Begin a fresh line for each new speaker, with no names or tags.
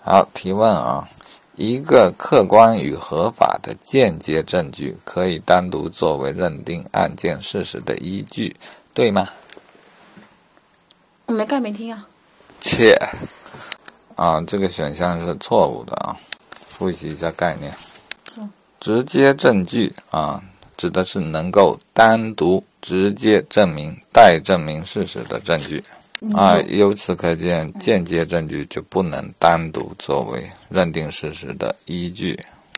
好，提问啊，一个客观与合法的间接证据可以单独作为认定案件事实的依据，对吗？
我没看没听啊。
切，啊，这个选项是错误的啊。复习一下概念
嗯。
直接证据啊，指的是能够单独、直接证明、待证明事实的证据啊。由此可见，间接证据就不能单独作为认定事实的依据。